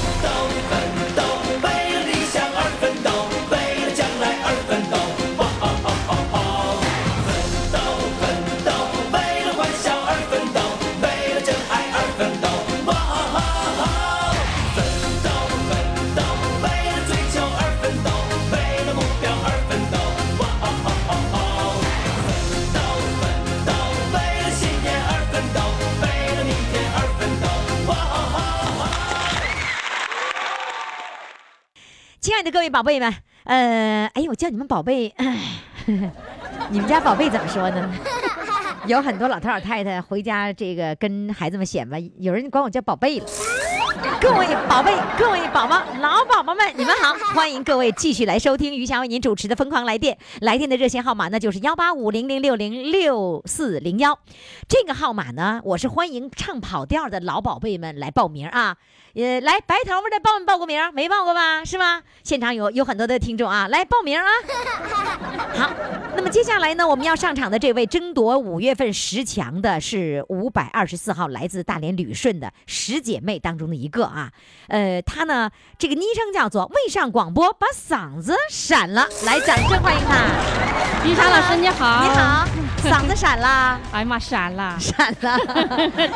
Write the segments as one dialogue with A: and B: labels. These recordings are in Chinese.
A: 奋奋斗，为了理想而奋斗，为了将来而奋斗，哇哦哦哦哦！奋斗奋斗，为了欢笑而奋斗，为了真爱而奋斗，哇哦哦哦！奋斗奋斗，为了追求而奋斗，为了目标而奋斗，哇哦哦哦哦！奋斗奋斗，为了信念而奋斗，为了明天而奋斗，哇哦哦哦！
B: 亲爱的各位宝贝们，呃，哎呦，我叫你们宝贝，哎， 你们家宝贝怎么说呢？ 有很多老头老太太回家，这个跟孩子们显摆，有人管我叫宝贝了。各位宝贝，各位宝宝，老宝宝们，你们好！欢迎各位继续来收听于霞为您主持的《疯狂来电》，来电的热线号码呢就是幺八五零零六零六四零幺，这个号码呢，我是欢迎唱跑调的老宝贝们来报名啊！也来白头发的报没报过名儿？没报过吧？是吧？现场有有很多的听众啊，来报名啊！好，那么接下来呢，我们要上场的这位争夺五月份十强的是五百二十四号，来自大连旅顺的十姐妹当中的一个啊。呃，她呢，这个昵称叫做“未上广播把嗓子闪了”，来，掌声欢迎她。
C: 于霞老师你好，
B: 你，好，嗓子闪了，
C: 哎呀妈，闪 了，
B: 闪了，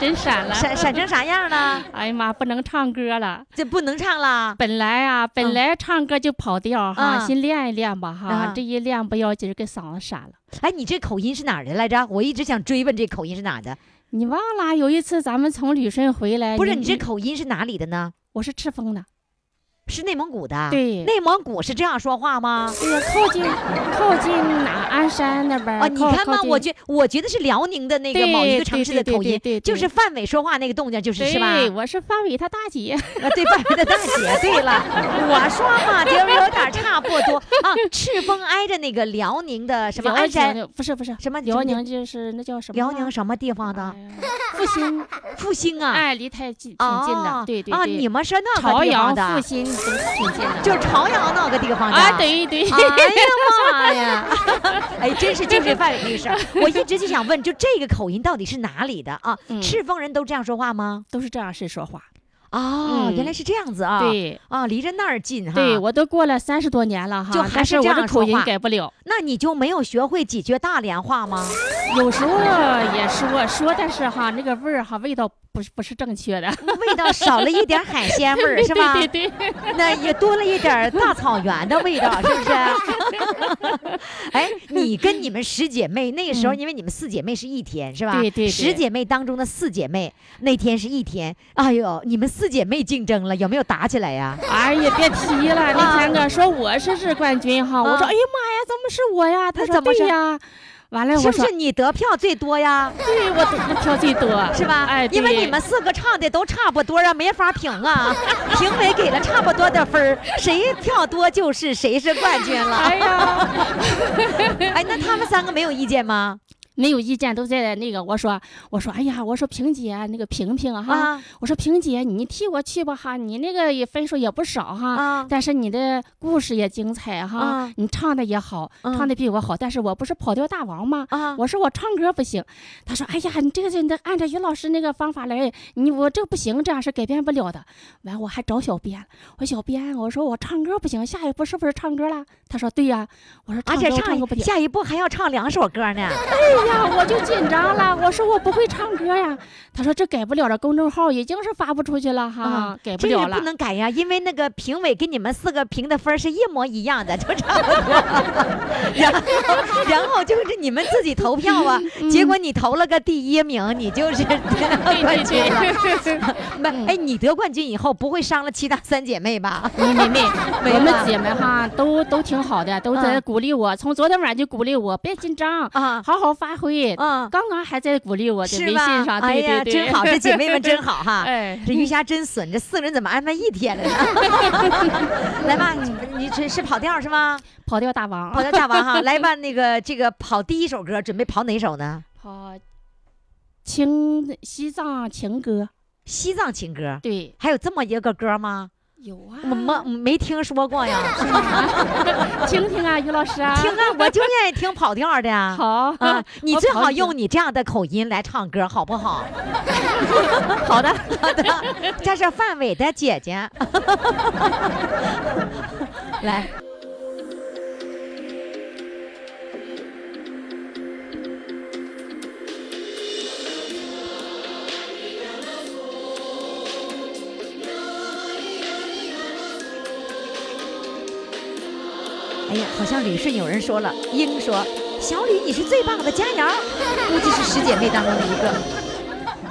C: 真闪 了，
B: 闪闪成啥样了？
C: 哎呀妈，不能唱歌了。
B: 这不能唱了。
C: 本来啊，
B: 嗯
C: 本来唱歌就跑调哈，
B: 嗯
C: 先练一练吧哈
B: 嗯，
C: 这一练不要紧，给嗓子闪了。
B: 哎，你这口音是哪儿的来着？我一直想追问这口音是哪儿的。
C: 你忘了有一次咱们从旅顺回来，
B: 不是哎你这口啊音是哪里的呢？
C: 我是赤峰的，
B: 是内蒙古的。
C: 对
B: 内蒙古是这样说话吗？
C: 哎呀，靠近靠近哪鞍山那边
B: 啊，你
C: 靠
B: 看吧
C: 靠，近
B: 我觉我觉得是辽宁的那个某一
C: 对
B: 个城
C: 对
B: 市的
C: 对对
B: 口
C: 对
B: 音
C: 对，
B: 就
C: 对
B: 是范伟说话那个动静，就是是吧？
C: 对，我是范伟他大 姐，
B: 啊，对，范围的大姐。对了，我说嘛，就是有点差不多啊。赤峰挨着那个辽宁的什么
C: 辽
B: 鞍山，
C: 宁不是不是
B: 什么
C: 辽
B: 什么
C: 宁就是那叫什么啊哎
B: 辽宁什么地方的？
C: 复兴，
B: 复兴啊，
C: 哎，离太近挺近
B: 哦
C: 的，对对
B: 啊，
C: 对
B: 你们是那
C: 朝
B: 个地
C: 阳
B: 方
C: 复
B: 的，
C: 兴都挺近的。
B: 就是朝阳那个地方的
C: 啊，对对，
B: 哎 呀妈呀！ 哎，真是就是范伟那个事儿，我一直就想问，就这个口音到底是哪里的啊？
C: 嗯
B: 赤峰人都这样说话吗？
C: 都是这样式说话。
B: 哦，
C: 嗯
B: 原来是这样子啊！
C: 对
B: 啊，离着那儿近哈。
C: 对，我都过了三十多年了哈，
B: 就还
C: 但
B: 是这
C: 是我
B: 样
C: 的口
B: 说
C: 音
B: 话
C: 改不了。
B: 那你就没有学会几句大连话吗？
C: 有 时候也说说，但是哈，那个味儿哈，味道不是不是正确的，
B: 味道少了一点海鲜味儿是吧？
C: 对对对，
B: 那也多了一点儿大草原的味道，是不 是？哎，你跟你们十姐妹那个时候，
C: 嗯
B: 因为你们四姐妹是一天，是吧？
C: 对对对
B: 十姐妹当中的四姐妹那天是一天，哎呦，你们四姐妹竞争了，有没有打起来呀？
C: 哎呀，别提了，那天个说我是日冠军哈，我说
B: 啊
C: 哎呀妈呀，怎么是我呀？他
B: 那怎
C: 说
B: 么
C: 对
B: 是
C: 呀，完了
B: 是
C: 哎我
B: 不
C: 说
B: 是你得票最多呀？
C: 对，我得票最多，
B: 是吧？
C: 哎，
B: 因为
C: 对
B: 你们四个唱的都差不多啊，没法评 啊。评委给了差不多的分儿，谁票多就是谁是冠军了。
C: 哎 呀。
B: 哎，那他们三个没有意见吗？
C: 没有意见，都在那个我说我说哎呀，我说萍姐那个萍萍啊哈，
B: 啊
C: 我说萍姐你替我去吧哈，你那个也分数也不少哈，
B: 啊
C: 但是你的故事也精彩哈，
B: 啊
C: 你唱的也好，
B: 嗯
C: 唱的比我好，但是我不是跑调大王吗？
B: 啊
C: 我说我唱歌不行，他说哎呀，你这个真的按照于老师那个方法来，你我这不行，这样是改变不了的。完我还找小编，我说小编我说我唱歌不行，下一步是不是唱歌了？他说对呀、我说
B: 而
C: 唱
B: 且
C: 歌
B: 唱
C: 唱歌不
B: 一
C: 行。
B: 下一步还要唱两首歌呢。
C: 哎呀，我就紧张了。我说我不会唱歌呀。他说这改不了了，公众号已经是发不出去了哈，改
B: 啊
C: 不
B: 这个
C: 了
B: 不
C: 了。
B: 能改呀，因为那个评委跟你们四个评的分儿是一模一样的，就差不 多。然后，然后就是你们自己投票 啊，
C: 嗯
B: 结果你投了个第一名，你就是 冠军了。 不，哎，你得冠军以后不会伤了其他三姐妹吧？
C: 嗯没没 没，
B: 没
C: 我
B: 了
C: 们姐妹哈都都挺好的，都在
B: 嗯
C: 鼓励我。从昨天晚上就鼓励我，别紧张，
B: 啊
C: 好好发挥。
B: 嗯
C: 刚刚还在鼓励我，在微
B: 是吧
C: 信？上，
B: 哎
C: 对
B: 呀，
C: 对对，
B: 真好，这姐妹们真好啊哈。
C: 哎，
B: 这余霞真损，这四个人怎么安排一天了呢？ 来吧，你你这是跑调是吗？
C: 跑调大王
B: 跑
C: 啊，
B: 调大王哈，来吧，那个这个跑第一首歌，准备跑哪首呢？
C: 跑情西藏情歌，
B: 西藏情歌，
C: 对，
B: 还有这么一个歌吗？
C: 有啊，
B: 我没没听说过呀，
C: 听听啊，于老师啊，
B: 听啊，我就愿意听跑调的呀。
C: 好
B: 啊，你
C: 我
B: 最
C: 考
B: 好
C: 你
B: 用你这样的口音来唱歌，好不好？ 好的，好的，这是范伟的姐姐， 来，哎呀，好像捋顺有人说了，英说小吕你是最棒的，加油！估计是十姐妹当中的一个。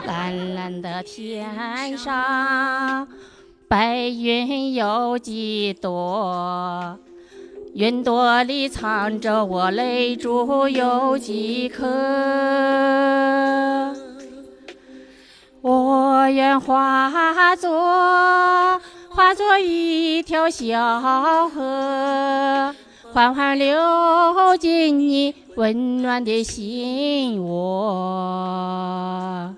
C: 蓝蓝的天上，白云有几朵？云朵里藏着我泪珠有几颗？我愿化作化作一条小河，缓缓流进你温暖的心窝。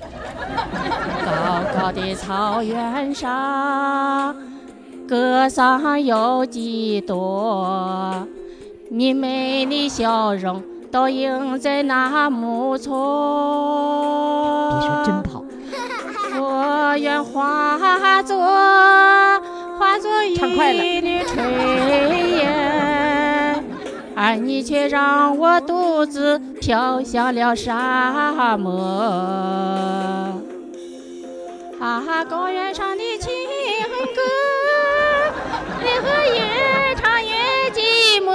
C: 高高的草原上，歌上有几朵？你美丽笑容倒映在那木丛。
B: 别说真跑，
C: 我愿化作化作一
B: 唱快了
C: 缕炊烟，而你却让我独自飘向了沙漠。啊，高原上的情歌，为何越唱越寂寞？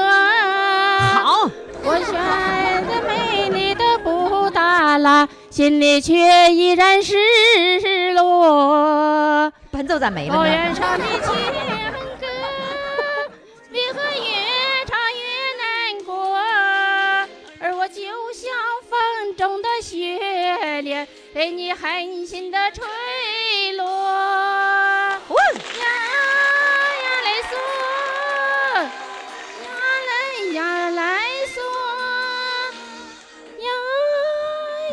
B: 好，
C: 我选的美丽的布达拉，心里却依然失落。
B: 伴奏咋没
C: 高
B: 了呢？
C: 原上的情歌，为何越唱越难过？而我就像风中的雪莲，被你狠心的吹落。
B: 哇，
C: 呀呀来嗦，呀来呀来嗦，呀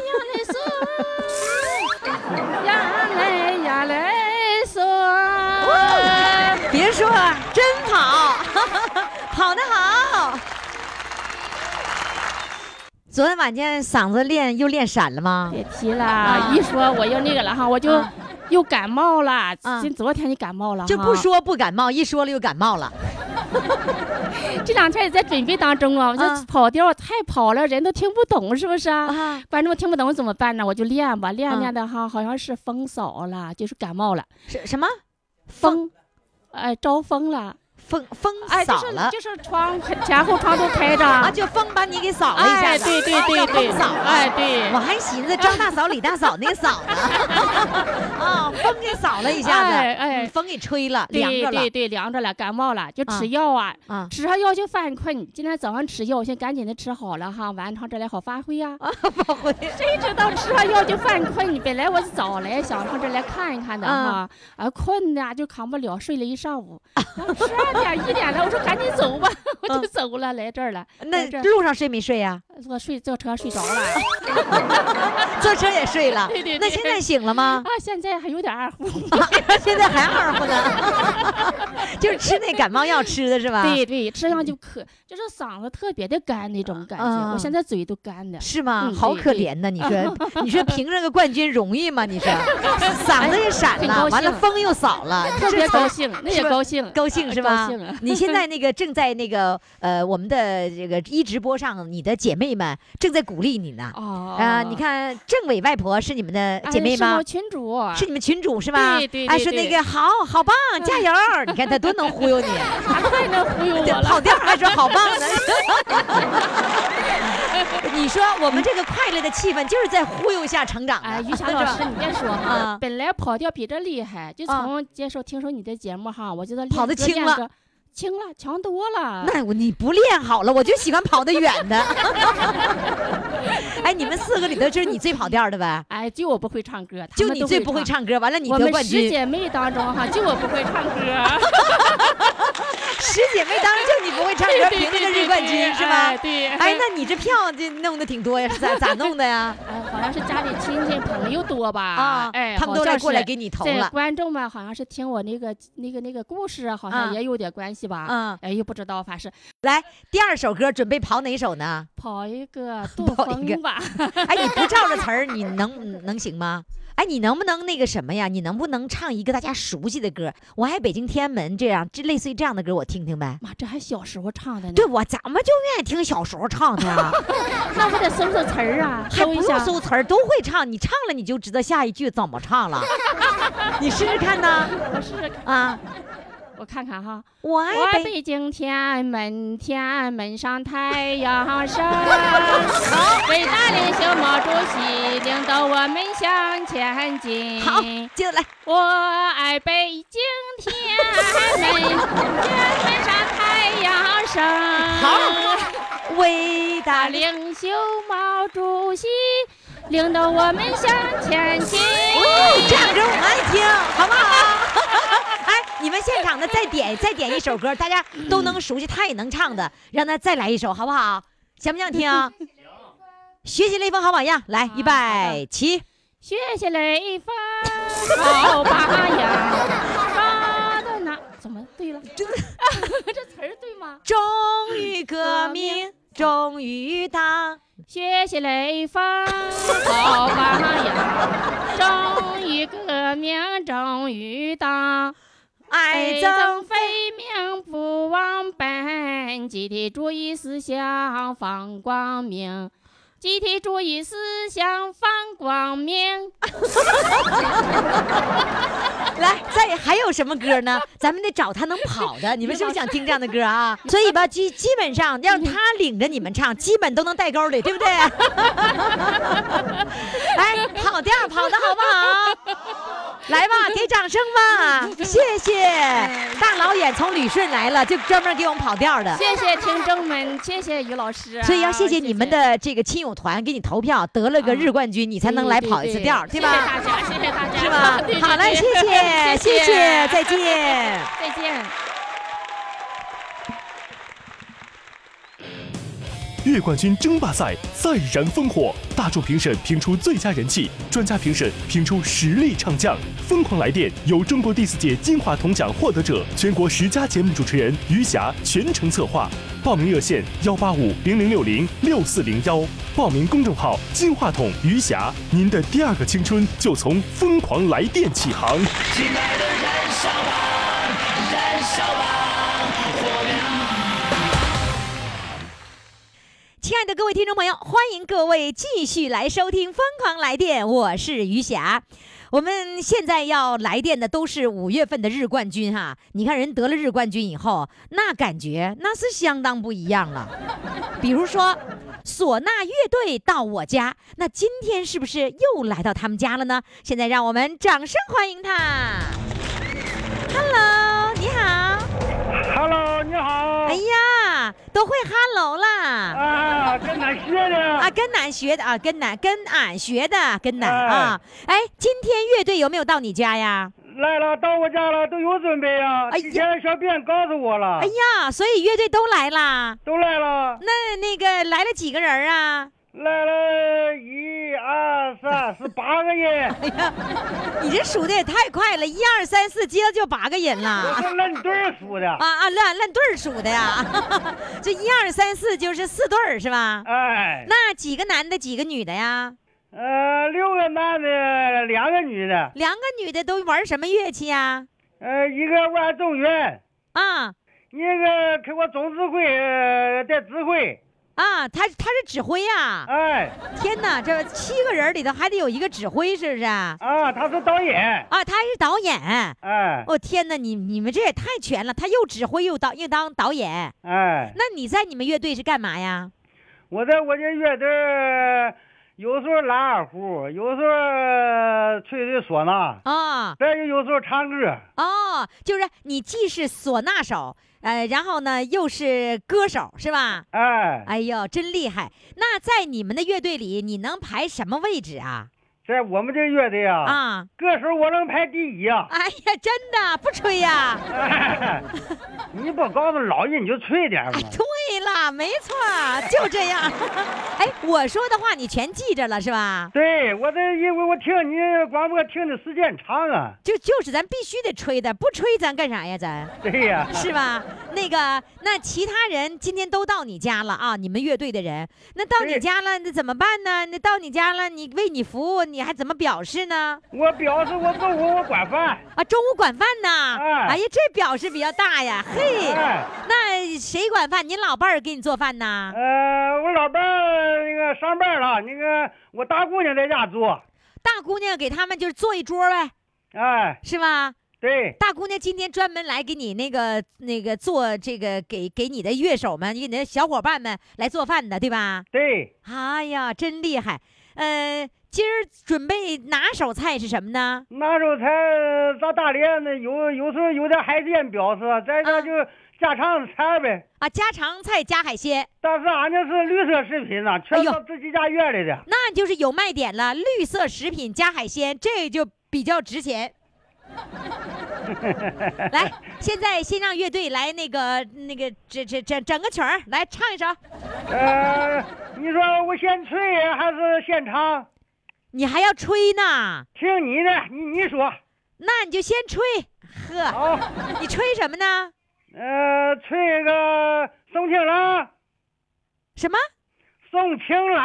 C: 呀来嗦，呀来呀来嗦。
B: 别说，真跑，跑得好。昨天晚间嗓子练又练闪了吗？
C: 别提了，一说我又那个了哈，我就
B: 啊
C: 又感冒了。
B: 啊
C: 今昨天就感冒了，
B: 就不。说不感冒，一说了又感冒了。
C: 这两天也在准备当中啊，我
B: 啊
C: 这跑调太跑了，人都听不懂，是不是啊？
B: 啊，
C: 观众听不懂怎么办呢？我就练吧，练
B: 嗯
C: 练的哈，好像是风扫了，就是感冒了，
B: 什什么
C: 风，哎，招风了，
B: 风风
C: 哎，就
B: 扫
C: 是
B: 了
C: 就是 窗前后窗都开着，
B: 啊？就风把你给扫了一下
C: 哎，
B: 子，
C: 对对
B: 啊
C: 对
B: 叫
C: 对
B: 风，扫了。
C: 哎对
B: 我，还寻思张大嫂、李大嫂那个嫂 呢，啊，风给扫了一下子，
C: 哎哎
B: 嗯风给吹了，凉
C: 对
B: 着了
C: 对对，凉着了，感冒了就
B: 啊
C: 吃药啊，
B: 啊，
C: 吃上药就犯困。今天早上吃药，先赶紧的吃好了哈，晚上这来好发挥啊呀、
B: 不会
C: 谁知道吃上药就犯困？本来我是早来想上这来看一看的哈，啊困呐就扛不了，睡了一上 午，然后十二点一点了，我说赶紧走吧， 我就走了，来这儿了，
B: 那
C: 在这儿
B: 路上睡没睡啊呀？
C: 坐睡坐车睡着了
B: 坐车也睡了，
C: 对对对
B: 那现在醒了吗
C: 啊？，现在还有点二呼，
B: 现在还二乎 呢，就是吃那感冒药吃的是吧？，
C: 对对，吃上就渴，就是嗓子特别的干那种感觉，
B: 嗯
C: 我现在嘴都干的。
B: 是吗？
C: 嗯
B: 好
C: 对
B: 可
C: 对
B: 怜呐！你说，你说凭着个冠军容易吗？你 说，嗓子也闪
C: 挺
B: 了，
C: 高
B: 完了
C: 兴
B: 风又扫了，
C: 特
B: 这
C: 别
B: 才
C: 高兴，那
B: 是
C: 也
B: 吧
C: 高兴，
B: 高兴是吧
C: 高兴啊？
B: 你现在那个正在那个呃我们的这个一直播上，你的姐妹们正在鼓励你呢。
C: 哦
B: 啊，你看政委外婆是你们的姐妹
C: 哎是
B: 吗
C: 我？群主，
B: 是你们群主是吧？
C: 对对
B: 哎，
C: 对
B: 说那
C: 对
B: 个好好棒，加油！你看她多能忽悠你，
C: 太能忽悠 我了。
B: 跑调还说好棒 呢。你说我们这个快乐的气氛就是在忽悠下成长的，
C: 哎，于霞
B: 是
C: 老
B: 吧
C: 师，你 别说
B: 啊
C: 哈，本来跑调比这厉害，就
B: 啊
C: 从接受听说你的节目哈，我觉得
B: 跑得
C: 练歌
B: 轻
C: 练
B: 了
C: 歌，轻了，强多了。
B: 那我你不练好了，我就喜欢跑得远的。 哎，你们四个里头就是你最跑调的呗？
C: 哎，就我不会唱歌，他
B: 就
C: 们
B: 你
C: 都
B: 最不会唱歌，完了你
C: 我
B: 得
C: 们
B: 冠
C: 十
B: 军。
C: 姐妹当中哈，就我不会唱歌，
B: 十姐妹当中就你不 会唱歌，
C: 对
B: 凭这个
C: 对
B: 日冠
C: 对
B: 军 是吧
C: 哎？对
B: 哎，那你这票这弄的挺多呀，是咋咋弄的 呀？
C: 哎，好像是家里亲戚朋友多吧？
B: 啊
C: 哎，
B: 他们
C: 好
B: 都来
C: 像
B: 过来
C: 是
B: 给你投
C: 这
B: 了
C: 观众们好像是听我那个那个那个故事，好
B: 啊
C: 像也有点关系吧？
B: 嗯
C: 哎，又不知道，反正
B: 来，第二首歌准备跑哪首呢？
C: 跑一个杜
B: 跑一个
C: 峰吧。
B: 哎，你不照着词儿，你能能行吗？哎，你能不能那个什么呀？你能不能唱一个大家熟悉的歌？我爱北京天安门这样，这类似于这样的歌，我听听呗。
C: 妈，这还小时候唱的呢。
B: 对，我怎么就愿意听小时候唱的 啊？
C: 那我得搜搜词儿啊，
B: 还
C: 搜
B: 不
C: 一
B: 用
C: 下。
B: 搜词儿，都会唱。你唱了，你就知道下一句怎么唱 了。你试试看呐，
C: 我试试看，
B: 啊！
C: 我看看哈。
B: 我
C: 我
B: 爱
C: 爱
B: 哎北，
C: 北京天安门，天安门上太 阳升。伟大领袖毛主席领导我们向前进。
B: 好，接着来。
C: 我爱北京天安门，天安门上太阳升。啊
B: 好，伟大领
C: 领袖毛主席领导我们向前进。
B: 哦，这样歌我们爱听，好不好？哎，你们现场的再点再点一首歌，大家都能熟悉，他也能唱的，让他再来一首，好不好？想不想听？学习雷锋好榜样，来，预备起！
C: 学习雷锋好榜 样，抓到哪？怎么对了？这这词儿对吗？
B: 终于革命，终于党，
C: 学习雷锋好榜样，终于革命终于当，
B: 爱憎
C: 北增非命不忘本，集体主义思想放光明，集体主义思想放 光明。
B: 来，再还有什么歌 呢？咱们得找他能跑的。你们是不是想听这样的歌啊？所以吧，基基本上让他领着你们唱，基本都能带沟里，对不 对？哎，跑调儿跑的好不好？来 吧，给掌声吧，谢谢
C: 哎
B: 大老远从旅顺来了，就专门给我们跑调儿的。
C: 谢谢听众们，谢谢于老师啊、啊
B: 所以要谢谢你们的这个亲友团给你投票，得了个日冠军，你才能来跑一次调儿，
C: 对
B: 吧？
C: 谢谢大家，谢
B: 是
C: 谢大
B: 吧
C: 家， 对？对
B: 好嘞，
C: 对
B: 谢谢，谢
C: 谢
B: 谢，再见。
C: 再见。
D: 月冠军争霸赛再燃烽火，大众评审评出最佳人气，专家评审评出实力唱将。疯狂来电由中国第四届金话筒奖获得者、全国十佳节目主持人余霞全程策划。报名热线：幺八五零零六零六四零幺。报名公众号：金话筒余霞。您的第二个青春就从疯狂来电起航。
A: 亲爱的，燃烧吧，燃烧吧，火苗。
B: 亲爱的各位听众朋友，欢迎各位继续来收听《疯狂来电》，我是余霞。我们现在要来电的都是五月份的日冠军哈、你看人得了日冠军以后，那感觉那是相当不一样了。 比如说，唢呐乐队到我家，那今天是不是又来到他们家了呢？现在让我们掌声欢迎他。Hello，你好。
E: Hello，你好。
B: 哎呀，都会 Hello 啦。
E: 啊，跟哪学 的？
B: 啊，跟俺学的啊，跟俺跟俺学的，跟俺
E: 哎
B: 啊。哎，今天乐队有没有到你家呀？
E: 来了，到我家了，都有准备啊。
B: 哎呀
E: 提前小编告诉我了，
B: 哎呀，所以乐队都来啦。
E: 都来了，
B: 那那个来了几个人儿啊？
E: 来了，一二三，是八个人，
B: 哎呀，你这数的也太快了，一二三四，接着就八个人
E: 我
B: 啦。
E: 是论对儿数的。
B: 啊啊，乱乱对儿数的呀， 这一二三四就是四对儿是吧？
E: 哎，
B: 那几个男的，几个女的呀？
E: 呃，六个男的，两个女的，
B: 两个女的都玩什么乐器呀？
E: 呃，一个玩中原，
B: 啊
E: 一个给我总指挥，呃带指挥。
B: 啊，他他是指挥呀、
E: 哎，
B: 天哪，这七个人里头还得有一个指挥，是不是啊？
E: 啊，他是导演。
B: 啊，他还是导演。
E: 哎，
B: 我、天哪，你你们这也太全了！他又指挥又导又当导演。
E: 哎。
B: 那你在你们乐队是干嘛呀？
E: 我在我这乐队儿，有时候拉二胡，有时候呃吹吹唢呐，
B: 啊、
E: 再就有时候唱歌。
B: 哦，就是你既是唢呐手，呃，然后呢又是歌手是吧？
E: 哎，
B: 哎呦，真厉害！那在你们的乐队里，你能排什么位置啊？
E: 在我们这乐队啊，
B: 啊，
E: 歌手我能排第 一啊！
B: 哎呀，真的不吹呀、
E: 你不告诉老爷你就脆点嘛
B: 哎，。对了，没错儿， 就这样。哎，我说的话你全记着了是吧？
E: 对我这因为我听你广播听的时间长啊，
B: 就就是咱必须得吹的，不吹咱干啥呀？咱
E: 对呀、
B: 是吧？那个，那其他人今天都到你家了啊，你们乐队的人，那到你
E: 对
B: 家了，那怎么办呢？那到你家了，你为你服务，你还怎么表示呢？
E: 我表示我中午我管饭，
B: 啊，中午管饭呢？
E: 哎
B: 哎呀，这表示比较大呀，啊嘿，
E: 哎
B: 那谁管饭？你老伴儿给你做饭呢？
E: 呃，我老伴儿那个上班了，那个我大姑娘在家住，
B: 大姑娘给他们就是做一桌呗，
E: 哎，
B: 是吧？
E: 对，
B: 大姑娘今天专门来给你那个那个做这个给给你的乐手们、给你的小伙伴们来做饭的，对吧？
E: 对，
B: 哎呀，真厉害！呃，今儿准备拿手菜是什么呢？
E: 那时候才咱大连呢，有有时候有点海鲜表示，在这
B: 啊
E: 就家常菜呗。
B: 啊，家常菜加海鲜，
E: 但是俺这是绿色食品呐、
B: 哎
E: 全
B: 呦
E: 到自己家院里的。
B: 那就是有卖点了。绿色食品加海鲜，这就比较值钱。来，现在先让乐队来那个那个这这整整个曲儿来唱一首。
E: 呃， 你说我先吹呀还是现唱？
B: 你还要吹呢，
E: 听你的，你你说。
B: 那你就先吹。呵，
E: 好，
B: 你吹什么呢？
E: 呃，吹个宋庆龄，
B: 什么？
E: 宋庆龄，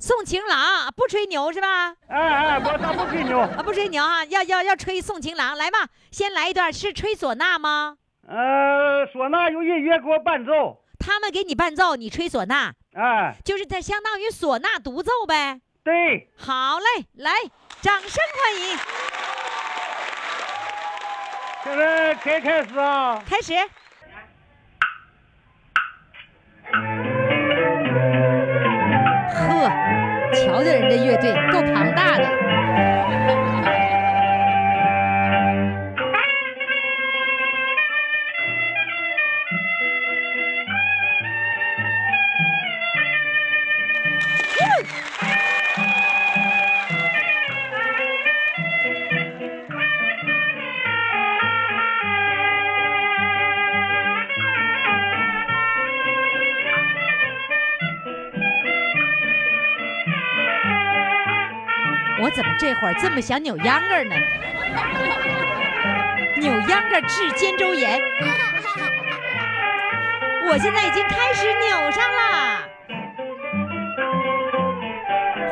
B: 送情郎不吹牛是吧？
E: 哎哎，我咱不吹牛。
B: 啊，不吹牛啊，要要要吹送情郎，来吧，先来一段，是吹唢呐吗？
E: 呃，唢呐由音乐给我伴奏，
B: 他们给你伴奏，你吹唢呐，
E: 哎，
B: 就是它相当于唢呐独奏呗。
E: 对，
B: 好嘞，来，掌声欢迎，
E: 现在可以开始啊。
B: 开始。呵，瞧瞧人这乐队够庞大的。我怎么这会儿这么想扭秧歌呢？扭秧歌治肩周 炎，我现在已经开始扭上啦。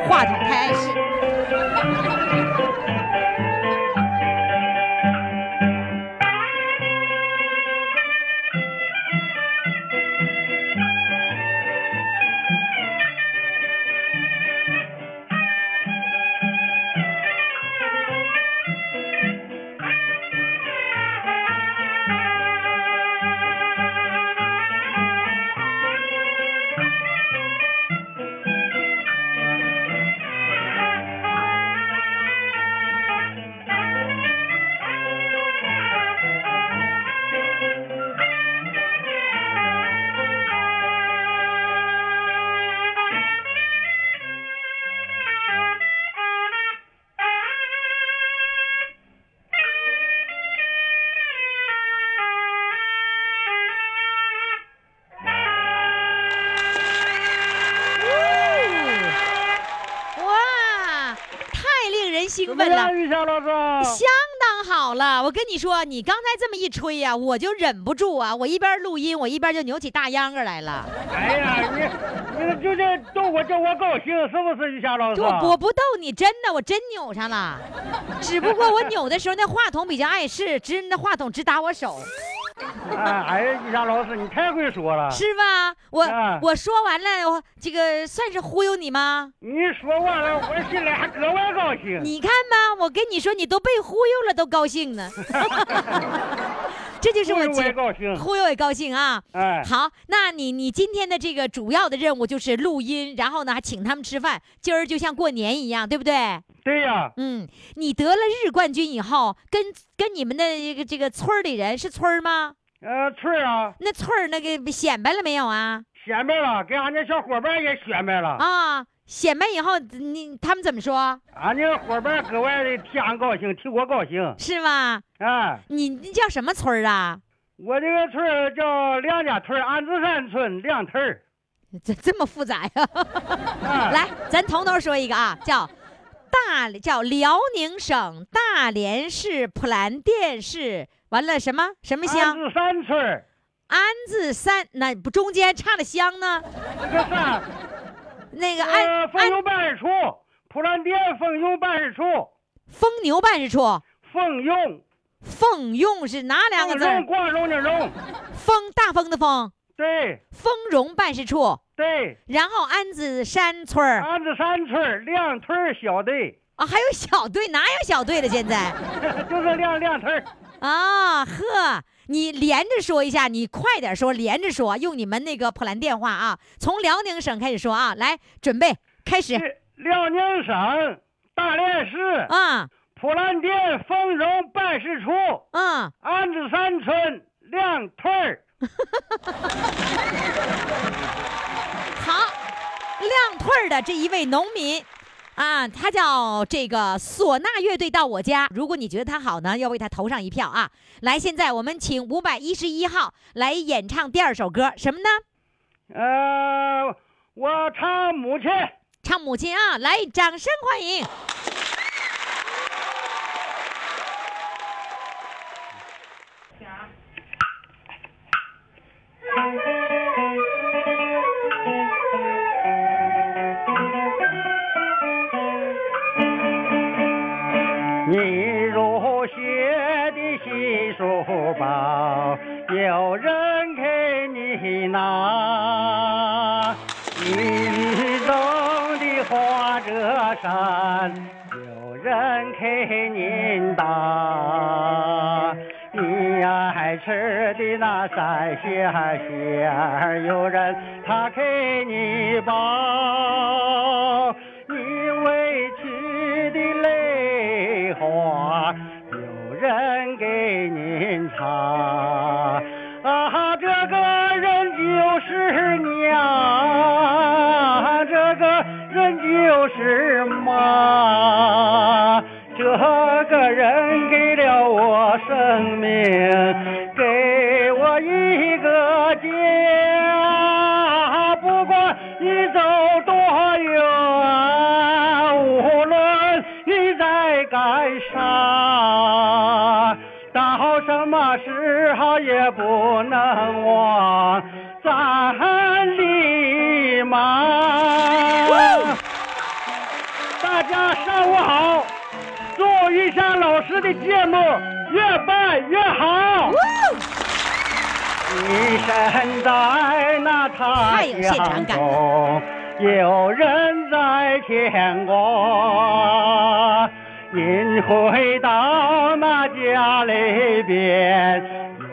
B: 话筒开始。哇，太令人兴
E: 怎么
B: 奋了
E: 样，。玉霞老师啊
B: 相？当好了，我跟你说，你刚才这么一吹呀、我就忍不住啊，我一边录音，我一边就扭起大秧歌来了。
E: 哎呀，你你就这逗我，叫我高兴，是不是玉霞老师？
B: 这我我 不逗你，真的，我真扭上 了。只不过我扭的时候，那话筒比较碍事，直那话筒直打我手，
E: 哎哎呀，玉霞老师，你太会说了。
B: 是吧？我、
E: 啊
B: 我说完了，我这个算是忽悠你吗？
E: 你说完了，我心里还格外高兴。
B: 你看吧，我跟你说，你都被忽悠了，都高兴 呢。这就是我
E: 忽悠我
B: 节
E: 也高兴
B: 忽悠也高兴啊。
E: 哎，
B: 好，那你你今天的这个主要的任务就是录音，然后呢还请他们吃饭，今儿就像过年一样，对不对？
E: 对呀，
B: 嗯，你得了日冠军以后，跟跟你们的这个这个村儿里人是村儿吗？
E: 呃，翠儿啊，
B: 那翠儿那个显摆了没有啊？
E: 显摆了，给俺那小伙伴也显摆了。
B: 啊，显摆以后你他们怎么说？
E: 俺那伙伴格外的替俺高兴，替我高兴。
B: 是吗？
E: 哎，
B: 你你叫什么村儿啊？
E: 我这个村儿叫亮家村儿，安置山村亮村儿。
B: 这这么复杂呀、
E: 哎
B: 来，咱从头说一个啊，叫大叫辽宁省大连市普兰店市，完了什么什么
E: 安
B: 乡？
E: 置山村儿，
B: 安字三，那不中间差了乡呢？
E: 这个 山，
B: 那个安
E: 呃，
B: 安
E: 丰油办事处，普兰店丰油办事处，
B: 丰牛办事处，
E: 丰用，
B: 丰用是哪两个
E: 丰
B: 字儿
E: 荣，？光荣的荣，
B: 丰大丰的丰，
E: 对
B: 丰荣办事处，
E: 对，
B: 然后安子山村儿
E: 安置山村儿亮村儿小队，
B: 啊，还有小队，哪有小队了？现在
E: 就是亮亮村儿。
B: 啊，呵，你连着说一下，你快点说，连着说，用你们那个普兰电话啊，从辽宁省开始说啊，来，准备开始
E: 是辽宁省大连市
B: 啊，
E: 普兰店丰荣办事处
B: 嗯，
E: 安置山村亮屯儿。
B: 好，亮腿儿的这一位农民。啊，他叫这个唢呐乐队到我家。如果你觉得他好呢，要为他投上一票啊！来，现在我们请五百一十一号来演唱第二首歌，什么呢？
E: 呃，我唱母亲。
B: 唱母亲啊！来，掌声欢迎。
E: 你入学的新书包，有人给你拿；你运动的花折衫，有人给您打。你爱吃的那三鲜馅儿，有人他给你包。你委屈的泪花，有人给您擦。啊，这个人就是娘，这个人就是妈，这个人给了我生命，给我一个家。不管你走多远，无论你在干啥，到什么时候也不能忘咱的妈。大家上午好，祝玉山老师的节目越办越好。你身在那他
B: 太有现场
E: 乡
B: 感
E: 中，有人在牵挂。您回到那家里边，有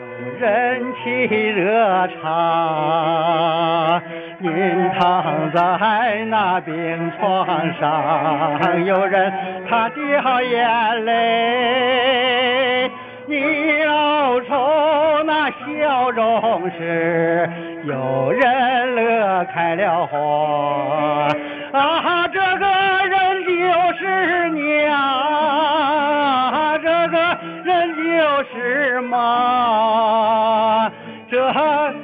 E: 人沏热茶。您躺在那病床上，有人他掉眼泪。你老瞅那笑容时，有人乐开了花。啊，这个人就是娘，这个人就是妈，这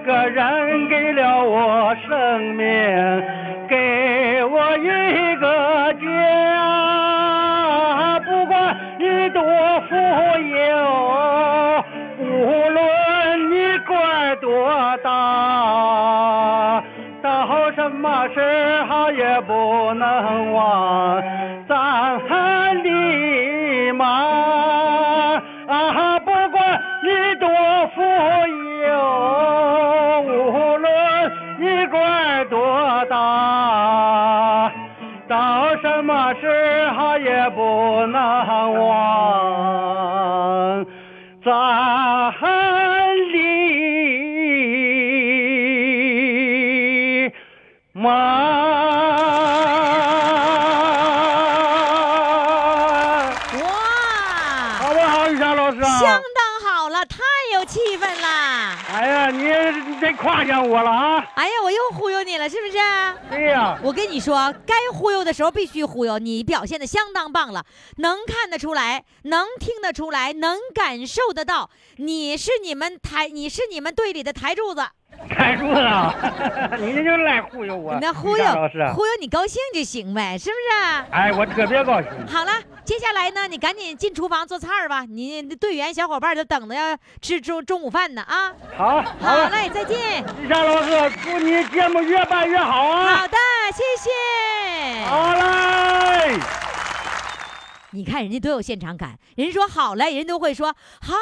E: 个人给了我生命，给我一个家。不管你多富有，无论你官儿多大，到什么时候也不能忘咱的妈。啊，不管你多富有，无论你官儿多大，到什么时候也不能忘咱的妈。
B: 哇，
E: 好不好，雨山老师啊？
B: 相当好了，太有气氛啦！
E: 哎真夸奖我了啊！
B: 哎呀，我又忽悠你了，是不啊是？
E: 对呀、
B: 我跟你说，该忽悠的时候必须忽悠，你表现的相当棒了，能看得出来，能听得出来，能感受得到，你是你们台，你是你们队里的台柱子，
E: 台柱子 啊，你这就来忽悠我，
B: 你那忽
E: 李
B: 悠
E: 大老师啊，
B: 忽悠你高兴就行呗，是不
E: 哎，我特别高兴。
B: 是？好了，接下来呢，你赶紧进厨房做菜儿吧，你的队员小伙伴都等着要吃中中午饭呢啊！
E: 好，好
B: 好
E: 了，
B: 嘞，再见。
E: 李山老师，祝你节目越办越好啊！
B: 好的，谢谢。
E: 好嘞。
B: 你看人家多有现场感，人家说好嘞，人都会说好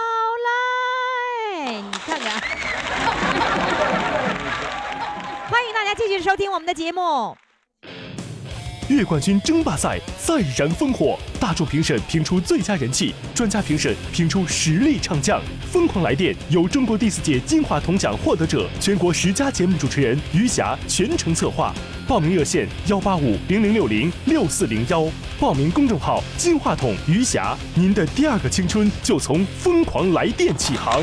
B: 嘞。你看看， 欢迎大家继续收听我们的节目。
D: 月冠军争霸赛赛燃烽火，大众评审评出最佳人气，专家评审评出实力唱将。疯狂来电由中国第四届金话筒奖获得者、全国十佳节目主持人余霞全程策划。报名热线：幺八五零零六零六四零幺。报名公众号：金话筒余霞。您的第二个青春就从疯狂来电起航。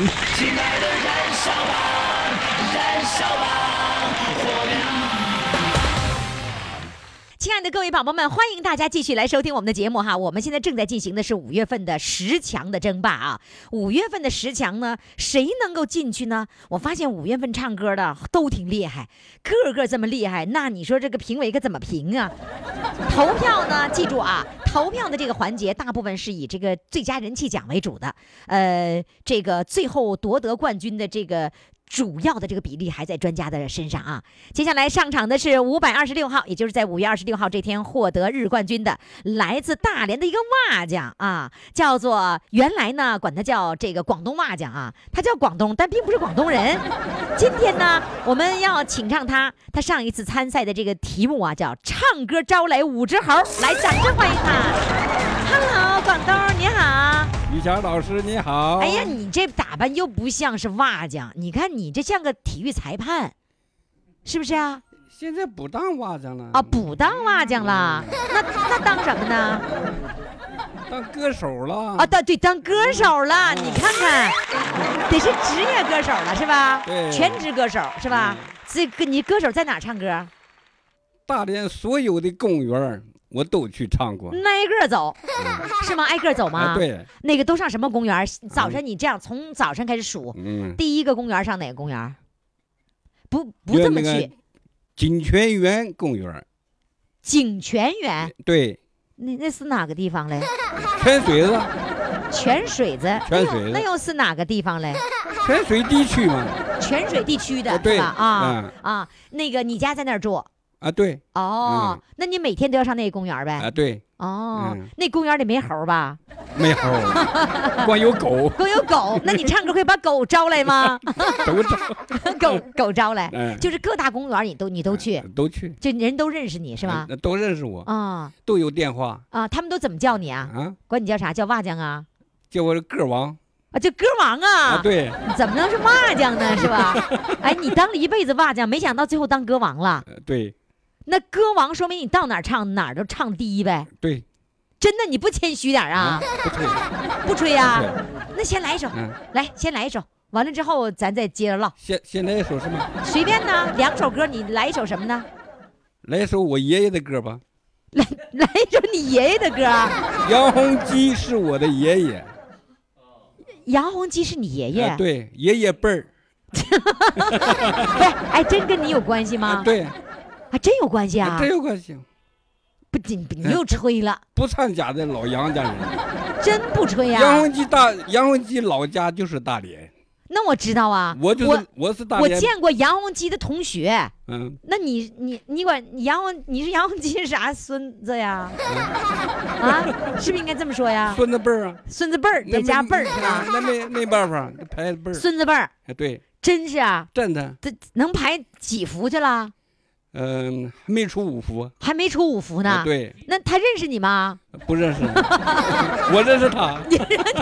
B: 亲爱的各位宝宝们，欢迎大家继续来收听我们的节目哈。我们现在正在进行的是五月份的十强的争霸啊。五月份的十强呢，谁能够进去呢？我发现五月份唱歌的都挺厉害，个个这么厉害，那你说这个评委可怎么评啊？投票呢， 记住啊，投票的这个环节大部分是以这个最佳人气奖为主的，呃，这个最后夺得冠军的这个。主要的这个比例还在专家的身上啊。接下来上场的是五百二十六号，也就是在五月二十六号这天获得日冠军的，来自大连的一个瓦匠啊，叫做原来呢管他叫这个广东瓦匠啊，他叫广东，但并不是广东人。今天呢，我们要请上他，他上一次参赛的这个题目啊叫“唱歌招来五只猴”，来，掌声欢迎他。Hello，广东你好。
F: 于强老师你好，
B: 哎呀，你这打扮又不像是瓦匠，你看你这像个体育裁判，是不是啊？
F: 现在不当瓦匠了
B: 啊，不当瓦匠了，那那当什么呢？
F: 当歌手了
B: 啊，当对当歌手了，你看看，得是职业歌手了是吧？
F: 对嗯
B: 全职歌手是吧？这个你歌手在哪儿唱歌？
F: 大连所有的公园儿我都去唱过，
B: 那挨个儿走，是吗？挨个儿走吗？
F: 啊，，对，
B: 那个都上什么公园？早晨你这样从早晨开始数，
F: 嗯，
B: 第一个公园上哪个公园？不不这么
F: 那个
B: 去，
F: 锦泉园公园儿，
B: 景泉园。
F: 对，
B: 那那是哪个地方嘞？
F: 泉水子，
B: 泉水子，那
F: 泉水子
B: 又那又是哪个地方嘞？
F: 泉水地区嘛，
B: 泉水地区的，
F: 啊对
B: 是吧？啊、
F: 嗯
B: 啊，那个你家在那儿住？
F: 啊，对，
B: 哦，
F: 嗯
B: 那你每天都要上那个公园呗？
F: 啊，对，
B: 哦，
F: 嗯
B: 那公园里没猴吧？
F: 没 猴儿，光有狗，
B: 光有狗，那你唱歌会把狗招来吗？
F: 都唱，
B: 狗狗招来，
F: 嗯，
B: 就是各大公园你都你都去，
F: 啊都去，
B: 就人都认识你是吧？
F: 嗯都认识我，
B: 啊
F: 都有电话
B: 啊，他们都怎么叫你啊？
F: 啊，
B: 管你叫啥？叫瓦匠啊？
F: 叫我歌王
B: 啊，叫歌王啊？
F: 啊，对，
B: 你怎么能是瓦匠呢？是吧？ 哎，你当了一辈子瓦匠，没想到最后当歌王了。
F: 呃对
B: 那歌王说明你到哪儿唱哪儿都唱第一呗？
F: 对
B: 真的，你不谦虚点儿啊？
F: 不吹，
B: 不吹呀、
F: 不吹
B: 那先来一首，
F: 嗯
B: 来先来一首，完了之后咱再接着唠，
F: 现现在说什么？
B: 随便呢，两首歌你来一首什么呢？
F: 来一首我爷爷的歌吧。
B: 来来一首你爷爷的歌啊，
F: 哎杨洪基是我的爷爷，
B: 杨洪基是你爷爷，
F: 哎对，爷爷辈儿，
B: 不是？哎，真跟你有关系
F: 啊
B: 吗？
F: 对，哎
B: 还真有关系啊！
F: 这有关系。
B: 不，你你又吹了，
F: 不参加的老杨家人，
B: 真不吹
F: 嗯杨
B: 呀、
F: 洪基大杨洪基老家就是大连，
B: 那我知道啊，
F: 我就是我是大
B: 我
F: 连，
B: 见过杨洪基的同学，
F: 嗯，
B: 那你你你管你杨洪你是杨洪基是啥孙子呀？
F: 嗯
B: 啊，是不是应该这么说呀？
F: 孙子辈儿啊，
B: 孙子辈儿
F: 那
B: 得加
F: 没
B: 辈儿是吧？
F: 那没没办法，那排辈儿，
B: 孙子辈儿
F: 哎对，
B: 真是啊，
F: 真的，
B: 这能排几幅去了？
F: 嗯，还没出五福，
B: 还没出五幅呢
F: 哎。对，
B: 那他认识你吗？
F: 不认识，我认识他，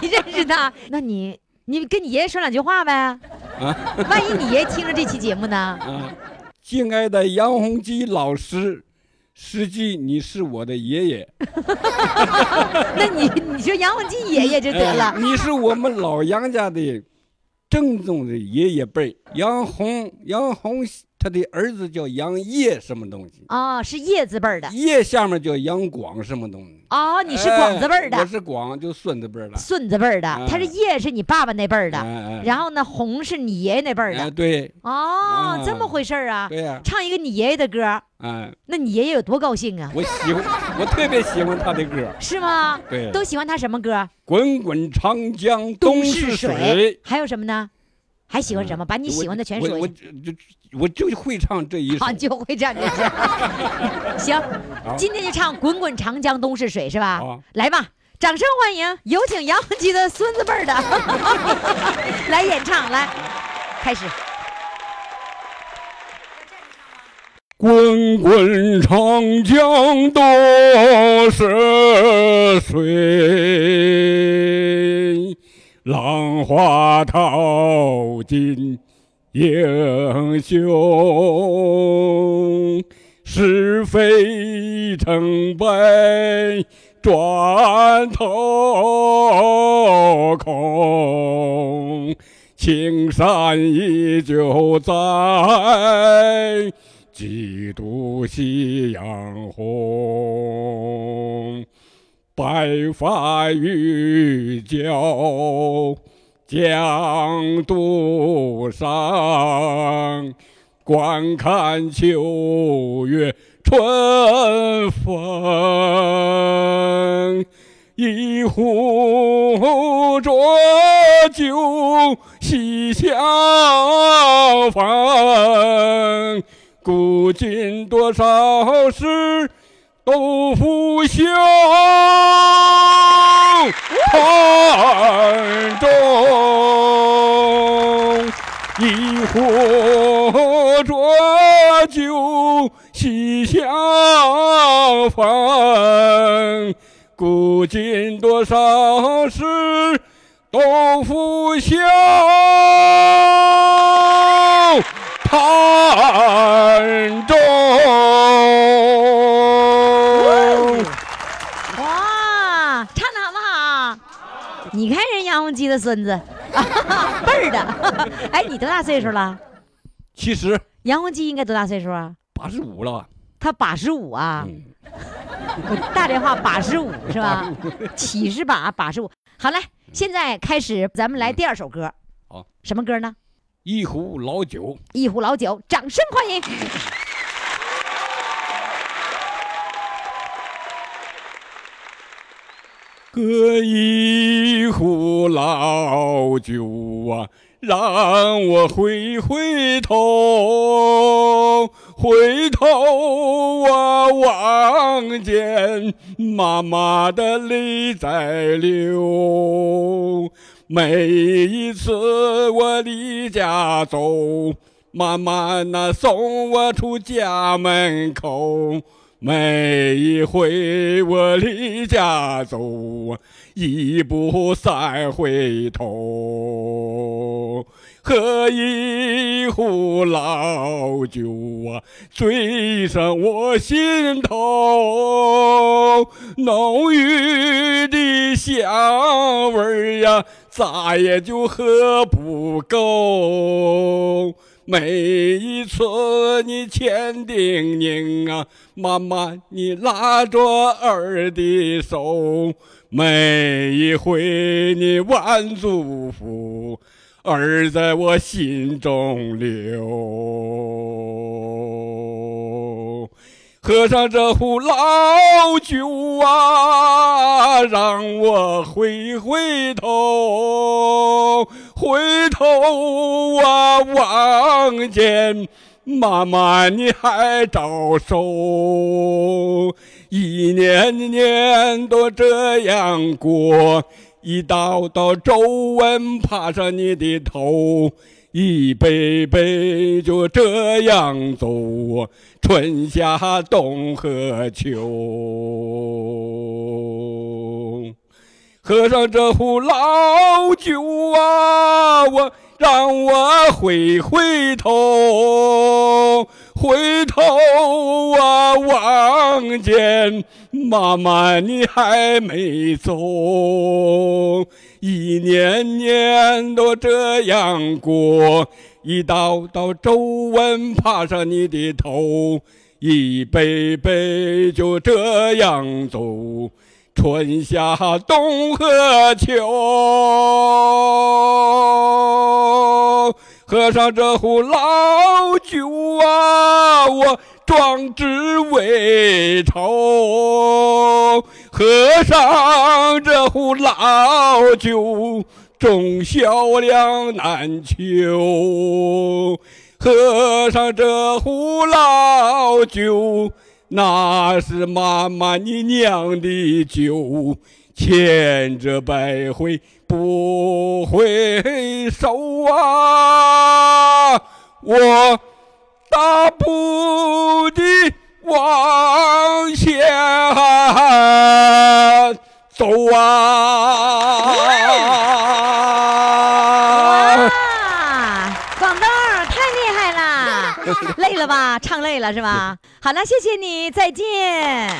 B: 你认识他？那你你跟你爷爷说两句话呗。万一你爷爷听着这期节目呢？
F: 啊，敬爱的杨洪基老师，实际你是我的爷爷。
B: 那你你说杨洪基爷爷就得了
F: 哎。你是我们老杨家的正宗的爷爷辈儿。杨红，杨红他的儿子叫杨业什么东西？
B: 哦，是叶字辈儿的。
F: 业下面叫杨广什么东西？
B: 哦，你是广字辈儿的。
F: 哎我是广，就孙子辈儿的。
B: 顺子辈儿的，他是
F: 哎
B: 叶是你爸爸那辈儿的，
F: 哎哎
B: 然后呢红是你爷爷那辈儿的。
F: 哎，对，
B: 哦，
F: 嗯
B: 这么回事儿啊！
F: 对呀
B: 唱一个你爷爷的歌，
F: 哎，
B: 那你爷爷有多高兴啊？
F: 我喜 欢，我特别喜欢他的歌儿，
B: 是吗？
F: 对
B: 都喜欢他什么歌？
F: 滚滚长江东逝水嗯
B: 水。，还有什么呢？还喜欢什么？把你喜欢的全
F: 我
B: 说
F: 我
B: 一下。
F: 就我就会唱这一 首
B: 好，。就会唱这些。行，今天就唱《滚滚长江东逝水》是吧
F: 好？
B: 来吧，掌声欢迎！有请杨洪基的孙子辈儿的 来演唱，来，开始。
F: 滚滚长江东逝水，浪花淘尽英雄。是非成败转头空，青山依旧在。几度夕阳红，白发渔樵江渡上，观看秋月春风。一壶浊酒喜相逢，古今多少事，都付笑谈中。一壶浊酒喜相逢，古今多少事，都付笑谈中。
B: 哇，唱的好不好？你看人杨洪基的孙子， 辈儿的。 哎，你多大岁数了？
F: 其实
B: 杨洪基应该多大岁数啊？
F: 八十五了吧？
B: 他八十五啊，
F: 嗯
B: 我大连话八十 五是吧？七十八，八十五。好嘞，现在开始，咱们来第二首歌。
F: 嗯好，
B: 什么歌呢？
F: 一壶老酒。
B: 一壶老酒，掌声欢迎。
F: 各一壶老酒啊，让我回回头，回头啊，望见妈妈的泪在流。每一次我离家走，妈妈那送我出家门口。每一回我离家走，一步三回头，喝一壶老酒啊，醉上我心头，浓郁的香味儿呀，咋也就喝不够。每一次你千叮咛啊，妈妈你拉着儿的手，每一回你万嘱咐，儿在我心中留。喝上这壶老酒啊，让我回回头，啊回头啊，望见妈妈你还招手，一年年都这样过，一道道皱纹爬上你的头。一杯杯就这样走，春夏冬和秋。喝上这壶老酒啊，我让我回回头，回头我望见妈妈你还没走，一年年都这样过，一道道皱纹爬上你的头，一杯杯就这样走。春夏冬和秋，喝上这壶老酒啊，我壮志未酬。喝上这壶老酒，忠孝两难求。喝上这壶老酒。那是妈妈你酿的酒，千折百回不回首啊！我大步地往前走啊！
B: 啊，广东儿太厉害 了，累了吧？唱累了是吧？好了，谢谢你，再见。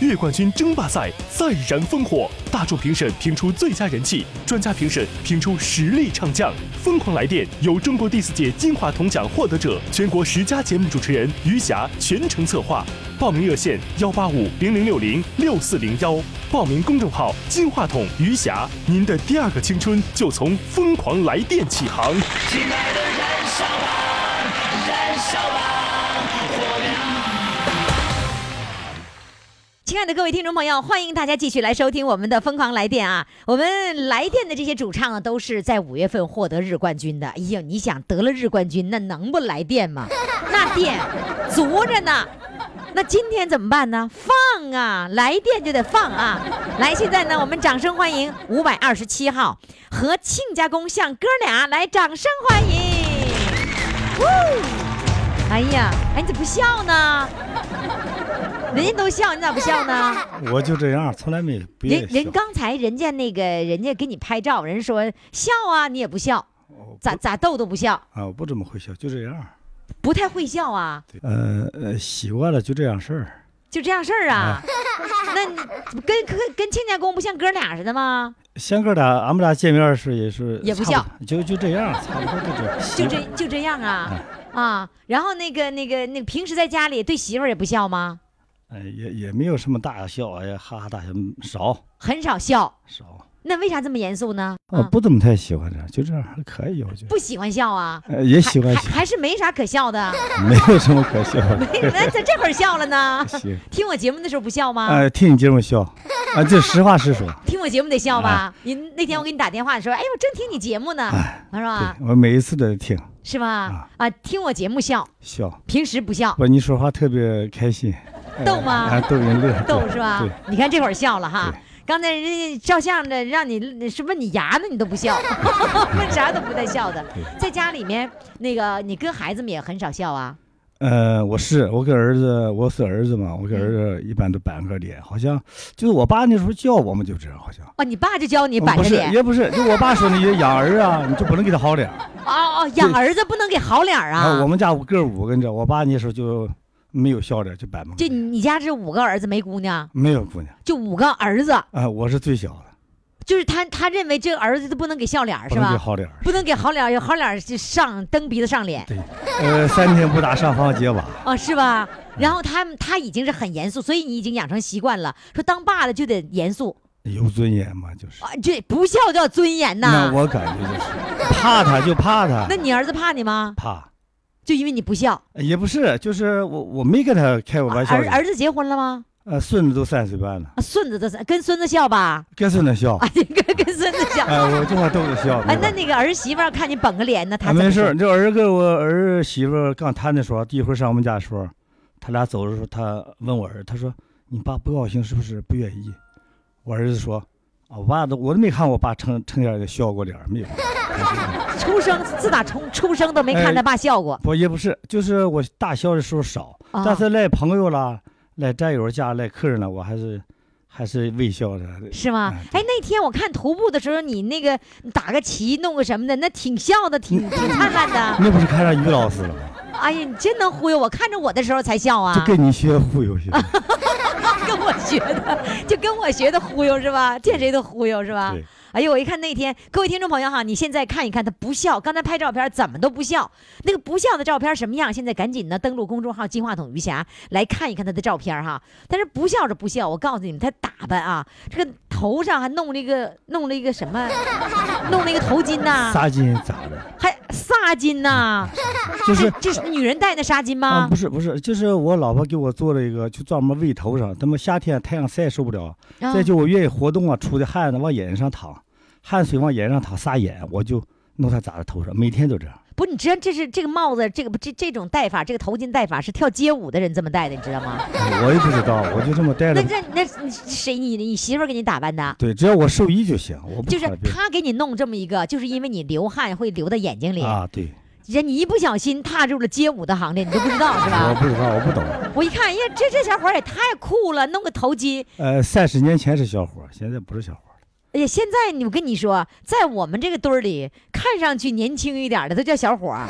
D: 月冠军争霸赛再燃烽火，大众评审评出最佳人气，专家评审评出实力唱将。疯狂来电由中国第四届金话筒奖获得者、全国十佳节目主持人余霞全程策划。报名热线：幺八五零零六零六四零幺。报名公众号：金话筒余霞。您的第二个青春就从疯狂来电起航。
A: 亲爱的，燃烧吧，燃烧吧，火苗！
B: 亲爱的各位听众朋友，欢迎大家继续来收听我们的《疯狂来电》啊！我们来电的这些主唱啊，都是在五月份获得日冠军的。哎呦，你想得了日冠军，那能不来电吗？那电足着呢。那今天怎么办呢？放啊，来电就得放啊！来，现在呢，我们掌声欢迎五百二十七号和亲家公像哥俩，来，掌声欢迎！呜，哎呀，哎，你怎么不笑呢？人家都笑，你咋不笑呢？
G: 我就这样，从来没憋
B: 人
G: 笑
B: 人刚才人家那个人家给你拍照，人家说笑啊，你也不笑，
G: 哦
B: 咋咋逗都不笑，
G: 啊，我不怎么会笑，就这样。
B: 不太会笑啊，
G: 呃呃，习惯了就这样事儿。
B: 就这样事儿
G: 哎
B: 啊。那你跟跟跟亲家公不像哥俩似的吗？
G: 香哥俩，俺们俩见面是也是
B: 也不
G: 差
B: 笑
G: 多，就就这样，差不多就这样。
B: 就
G: 习
B: 这
G: 惯
B: 就这样啊
G: 嗯
B: 啊。然后那个那个那个平时在家里对媳妇儿也不笑吗？
G: 哎，也也没有什么大笑，哎呀，哈哈大笑嗯少
B: 很少笑，
G: 少。
B: 那为啥这么严肃呢？啊
G: 我不怎么太喜欢这样，就这样还可以，我觉得。
B: 不喜欢笑啊，
G: 呃，也喜欢
B: 还
G: 笑，
B: 还是没啥可笑 的。
G: 没有什么可笑的。
B: 那咋这会儿笑了呢？
G: 行，
B: 听我节目的时候不笑吗？
G: 哎，听你节 目笑，啊，这实话实说。
B: 听我节目得笑
G: 哎
B: 吧？你那天我给你打电话的时候，哎，我正听你节目呢，我说啊
G: 对，我每一次都听
B: 是吧？啊，听我节目笑，
G: 笑，
B: 平时不笑，
G: 不，你说话特别开心，
B: 逗
G: 啊，
B: 吗？
G: 逗人乐。
B: 逗
G: 对
B: 是吧
G: 对。？
B: 你看这会儿笑了哈
G: 对。
B: 刚才人家照相的让你是问你牙呢，你都不笑， 问啥都不带笑的。在家里面，那个你跟孩子们也很少笑啊。
G: 呃，我是我给儿子，我是儿子嘛，我给儿子一般都板个脸，好像就是我爸那时候教我们就这样，好像嗯
B: 哦，你爸就教你板
G: 不
B: 着
G: 是
B: 脸。
G: 也不是，就我爸说你养儿啊，你就不能给他好脸儿
B: 哦哦，养儿子不能给好脸儿啊
G: 我。们家五哥五个，你知道，我爸那时候就没有笑脸，就板着个
B: 就
G: 脸，
B: 你家这五个儿子没姑娘，
G: 没有姑娘
B: 就五个儿子，
G: 啊、我是最小的，
B: 就是他他认为这个儿子都不能给笑脸儿
G: 不
B: 是
G: 能给
B: 吧？
G: 好脸儿。
B: 不能给好脸儿，有好脸儿就上蹬鼻子上脸
G: 对，呃，三天不打上房揭瓦，
B: 啊、是吧？然后他们他已经是很严肃，所以你已经养成习惯了，说当爸的就得严肃
G: 有尊严嘛，就 是。
B: 啊，这不笑叫尊严呐。
G: 那我感觉就是，怕他就怕他
B: 那，你儿子怕你吗？
G: 怕
B: 就因为你不笑。
G: 也不是，就是我我没跟他开过玩笑
B: 儿
G: 的，
B: 儿子结婚了吗？
G: 呃，孙子都三岁半了。
B: 啊孙子的跟孙子笑吧，
G: 跟孙子笑，
B: 啊，你跟跟孙子 笑。
G: 哎，我就怕逗着笑。
B: 哎，那
G: 你
B: 那个儿媳妇儿看你绷个脸呢，她
G: 没事儿，
B: 儿。
G: 这儿子跟我儿媳妇儿刚谈的时候，一会儿上我们家的时候，他俩走的时候，他问我儿子，他说：“你爸不高兴是不是不愿意？”我儿子说：“啊，我爸都我都没看我爸成成天的笑过脸儿，没有。
B: 出生自打从出生都没看
G: 哎
B: 他爸笑过。
G: 不也不是，就是我大笑的时候少，
B: 啊
G: 但是来朋友啦、来战友家、来客人了，我还是还是微笑着的。
B: 是吗？哎，那天我看徒步的时候，你那个打个旗，弄个什么的，那挺笑的，挺挺灿烂的。
G: 那不是看上于老师了吗？
B: 哎呀，你真能忽悠我！看着我的时候才笑
G: 就
B: 啊，
G: 跟你学忽悠 学，
B: 跟我学的，就跟我学的忽悠是吧？见谁都忽悠是吧
G: 对？
B: 哎呦，我一看那天，各位听众朋友哈，你现在看一看他不笑，刚才拍照片怎么都不笑，那个不笑的照片什么样？现在赶紧呢登录公众号“金话筒余霞”来看一看他的照片哈。但是不笑是不笑，我告诉你们，他打扮啊，这个头上还弄了一个弄了一个什么，弄了一个头巾呐、
G: 纱巾咋的？
B: 还纱巾呐、
G: 就是
B: 这是女人戴的纱巾吗？
G: 啊，不是不是，就是我老婆给我做了一个，就专门围头上。他们夏天太阳晒受不了，
B: 啊
G: 再就我愿意活动啊，出的汗呢往眼睛上淌，汗水往眼睛上淌，撒眼，我就弄它扎在头上，每天都这样。
B: 不，你知道这是这个帽子，这个不这这种戴法，这个头巾戴法是跳街舞的人这么戴的，你知道吗？
G: 我也不知道，我就这么戴
B: 那
G: 着。
B: 那那你谁你你媳妇儿给你打扮的？
G: 对，只要我受益就行，我不
B: 就是
G: 考虑别
B: 她给你弄这么一个，就是因为你流汗会流到眼睛里
G: 人，啊，对，
B: 人你一不小心踏入了街舞的行列，你都不知道是
G: 我
B: 吧？
G: 不知道，我不懂。
B: 我一看，哎呀，这这小伙儿也太酷了，弄个头巾。
G: 呃，三十年前是小伙儿，现在不是小伙儿了。
B: 哎呀，现在你我跟你说，在我们这个堆儿里，看上去年轻一点的都叫小伙儿，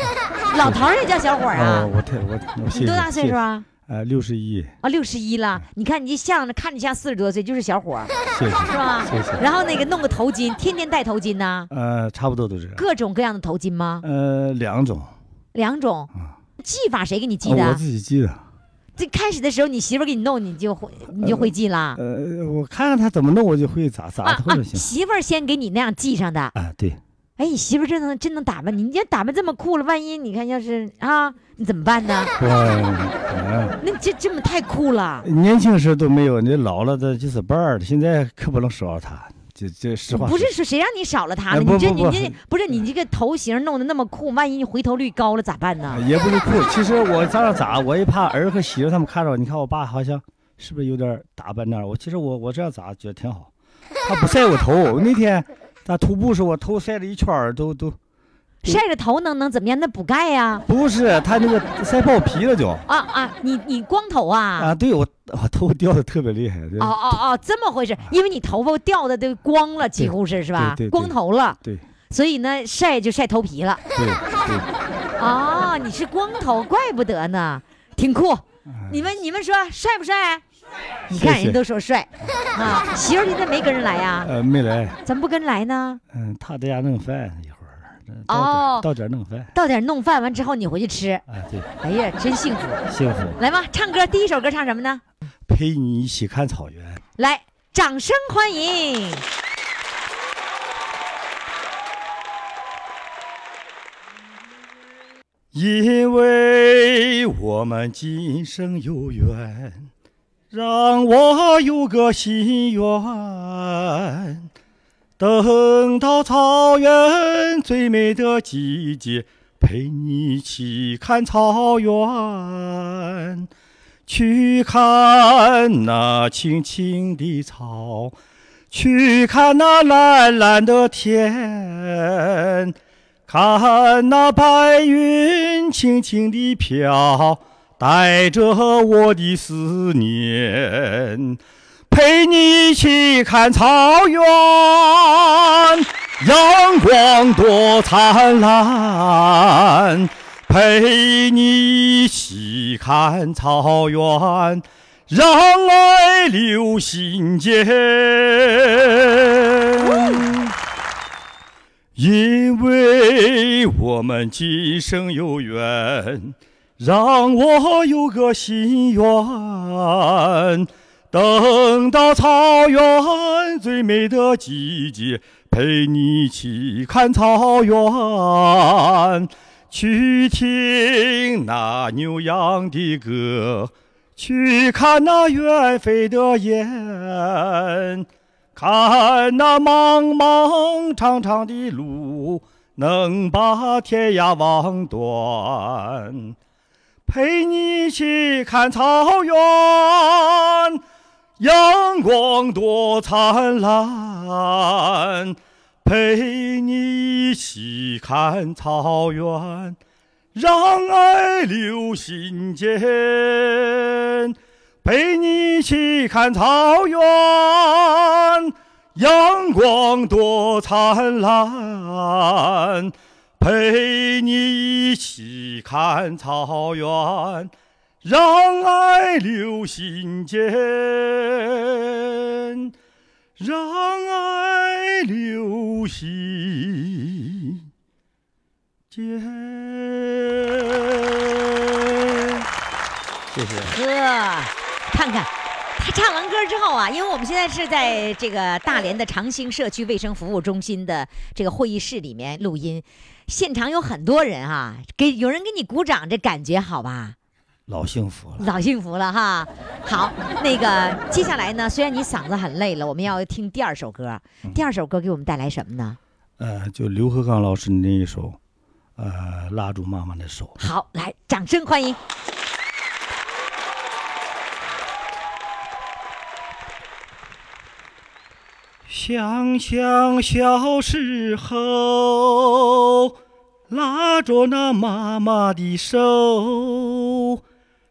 B: 老头儿也叫小伙儿
G: 啊，
B: 啊。
G: 我太我我谢谢
B: 你多大岁数？
G: 谢谢
B: 啊？
G: 呃，六十一，
B: 啊，六十一了。你看你这像着，看着像四十多岁，就是小伙儿。
G: 谢谢。
B: 是吧？
G: 谢谢
B: 然后那个弄个头巾，天天戴头巾呐，
G: 呃，差不多都这样。
B: 各种各样的头巾吗？
G: 呃，两种，
B: 两种。系法谁给你系
G: 呃我
B: 的？
G: 自己记的。
B: 这开始的时候你媳妇儿给你弄，你就会你就会系啦。
G: 呃，我看看他怎么弄，我就会咋
B: 啊
G: 咋头就行。
B: 媳妇儿先给你那样系上的。
G: 啊，对，
B: 哎，你媳妇儿真能真能打扮你，你要打扮这么酷了，万一你看要是啊，你怎么办呢？
G: 我呃
B: 那这这么太酷了，
G: 年轻时都没有，你老了的就是伴儿，现在可不能少了他。这这实话
B: 不是
G: 实
B: 说谁让你少了她
G: 哎
B: 呢？
G: 不
B: 你这你
G: 不不哎
B: 这不是你这个头型弄得那么酷，万一你回头率高了咋办
G: 说
B: 呢？
G: 也不是酷。其实我这样咋，我也怕儿和媳妇他们看着我。你看我爸好像是不是有点打扮那样？我其实我我这样咋觉得挺好。他不晒我头，我那天他徒步时候我头晒了一圈儿，都都
B: 晒着头能能怎么样？那补钙呀、
G: 不是他那个晒爆皮了就
B: 啊啊！你你光头
G: 啊！对我我头掉的特别厉害，对
B: 哦哦哦，这么回事，因为你头发掉的都光了，几乎是是吧？
G: 啊对对对
B: 光头了，
G: 对
B: 所以呢晒就晒头皮了。
G: 对对。
B: 哦，你是光头，怪不得呢，挺酷。你们你们说帅不帅？啊你看人
G: 哎谢谢
B: 都说帅啊，媳妇儿现在没跟人来呀、
G: 呃，没来。
B: 怎么不跟人来呢？
G: 嗯，他在家弄饭一会儿，嗯到点
B: 哦
G: 到点弄饭。
B: 到点弄饭完之后你回去吃，
G: 啊，对，
B: 哎呀，真幸福。
G: 幸福，
B: 来吧，唱歌，第一首歌唱什么呢？
G: 陪你一起看草原。
B: 来，掌声欢迎。
G: 因为我们今生有缘，让我有个心愿，等到草原最美的季节，陪你一起看草原，去看那青青的草，去看那蓝蓝的天。看那白云轻轻地飘，带着我的思念，陪你一起看草原，阳光多灿烂。陪你一起看草原，让爱留心间。因为我们今生有缘，让我有个心愿，等到草原最美的季节，陪你一起看草原，去听那牛羊的歌，去看那远飞的雁。看那茫茫长长的路，能把天涯望断。陪你一起看草原，阳光多灿烂。陪你一起看草原，让爱留心间。陪你一起看草原，阳光多灿烂。陪你一起看草原，让爱留心间，让爱留心间。谢谢。
H: 呵，看看。他唱完歌之后啊，因为我们现在是在这个大连的长兴社区卫生服务中心的这个会议室里面录音，现场有很多人啊，给有人给你鼓掌，这感觉好吧？
G: 老幸福了。
H: 老幸福了哈。好，那个接下来呢，虽然你嗓子很累了，我们要听第二首歌。第二首歌给我们带来什么呢？
G: 呃，就刘和刚老师那一首，呃，拉住妈妈的手。
H: 好，来，掌声欢迎。
G: 想想小时候，拉着那妈妈的手，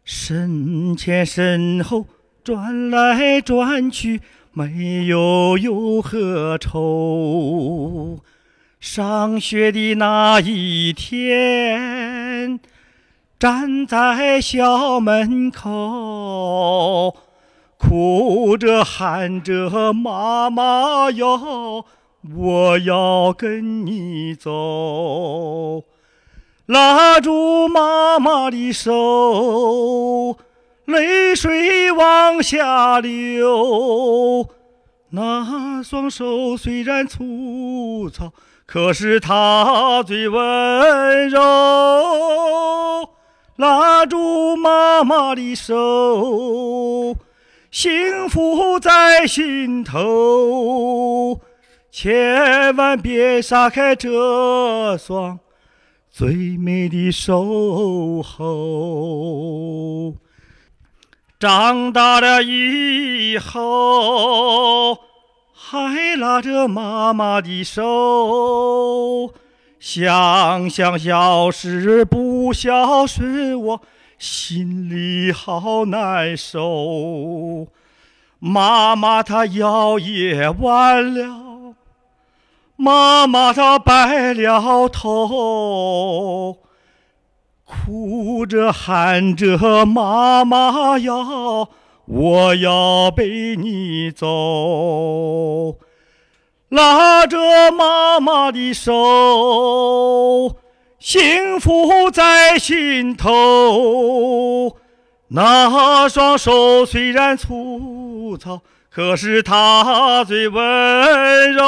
G: 身前身后转来转去，没有忧和愁。上学的那一天，站在校门口。哭着喊着妈妈哟，我要跟你走，拉住妈妈的手，泪水往下流。那双手虽然粗糙，可是它最温柔。拉住妈妈的手。幸福在心头，千万别撒开这双最美的守候。长大了以后，还拉着妈妈的手，想想小时不孝顺我。心里好难受，妈妈她腰也弯了，妈妈她白了头，哭着喊着妈妈呀，我要背你走，拉着妈妈的手。幸福在心头，那双手虽然粗糙，可是它最温柔。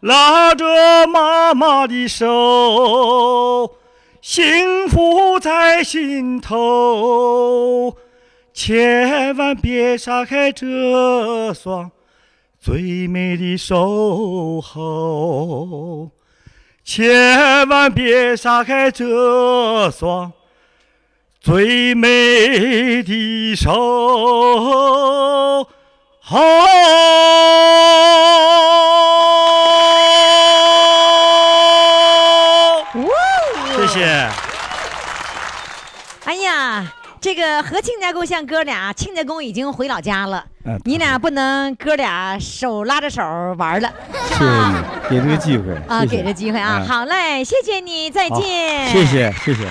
G: 拉着妈妈的手，幸福在心头，千万别撒开这双最美的守候。千万别撒开这双最美的手。好。谢谢。
H: 哎呀，这个和亲家公像哥俩，亲家公已经回老家了，
G: 嗯
H: 你俩不能哥俩手拉着手玩了
G: 谢谢你嗯给这个机会
H: 啊！给这机会啊！
G: 嗯
H: 好嘞，谢谢你，再
G: 好
H: 见。
G: 谢谢谢谢。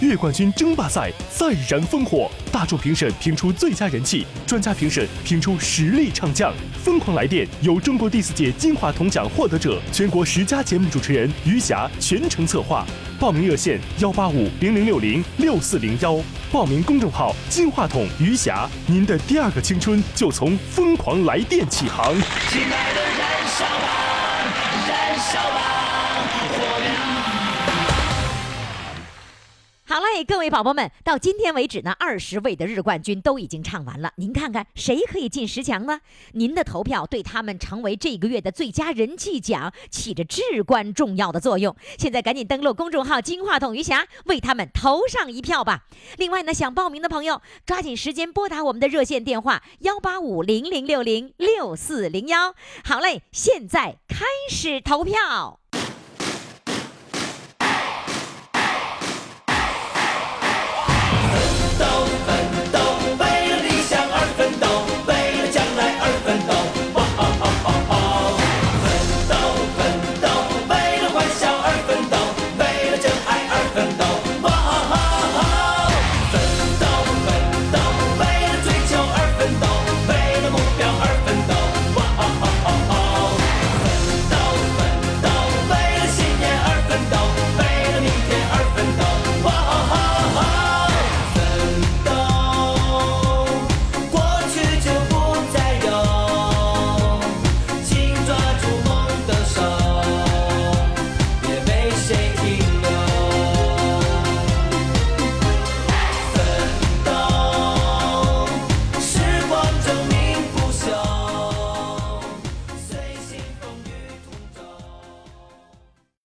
D: 月冠军争霸赛再燃烽火，大众评审评出最佳人气，专家评审评出实力唱将。疯狂来电由中国第四届金话筒奖获得者、全国十佳节目主持人余霞全程策划。报名热线：幺八五零零六零六四零幺。报名公众号：金话筒余霞。您的第二个青春就从疯狂来电起航。
I: 亲爱的，燃烧吧，燃烧吧，火苗！
H: 好嘞，各位宝宝们，到今天为止呢，二十位的日冠军都已经唱完了。您看看谁可以进十强呢？您的投票对他们成为这个月的最佳人气奖起着至关重要的作用。现在赶紧登录公众号“金话筒余霞”，为他们投上一票吧。另外呢，想报名的朋友抓紧时间拨打我们的热线电话幺八五零零六零六四零幺。好嘞，现在开始投票。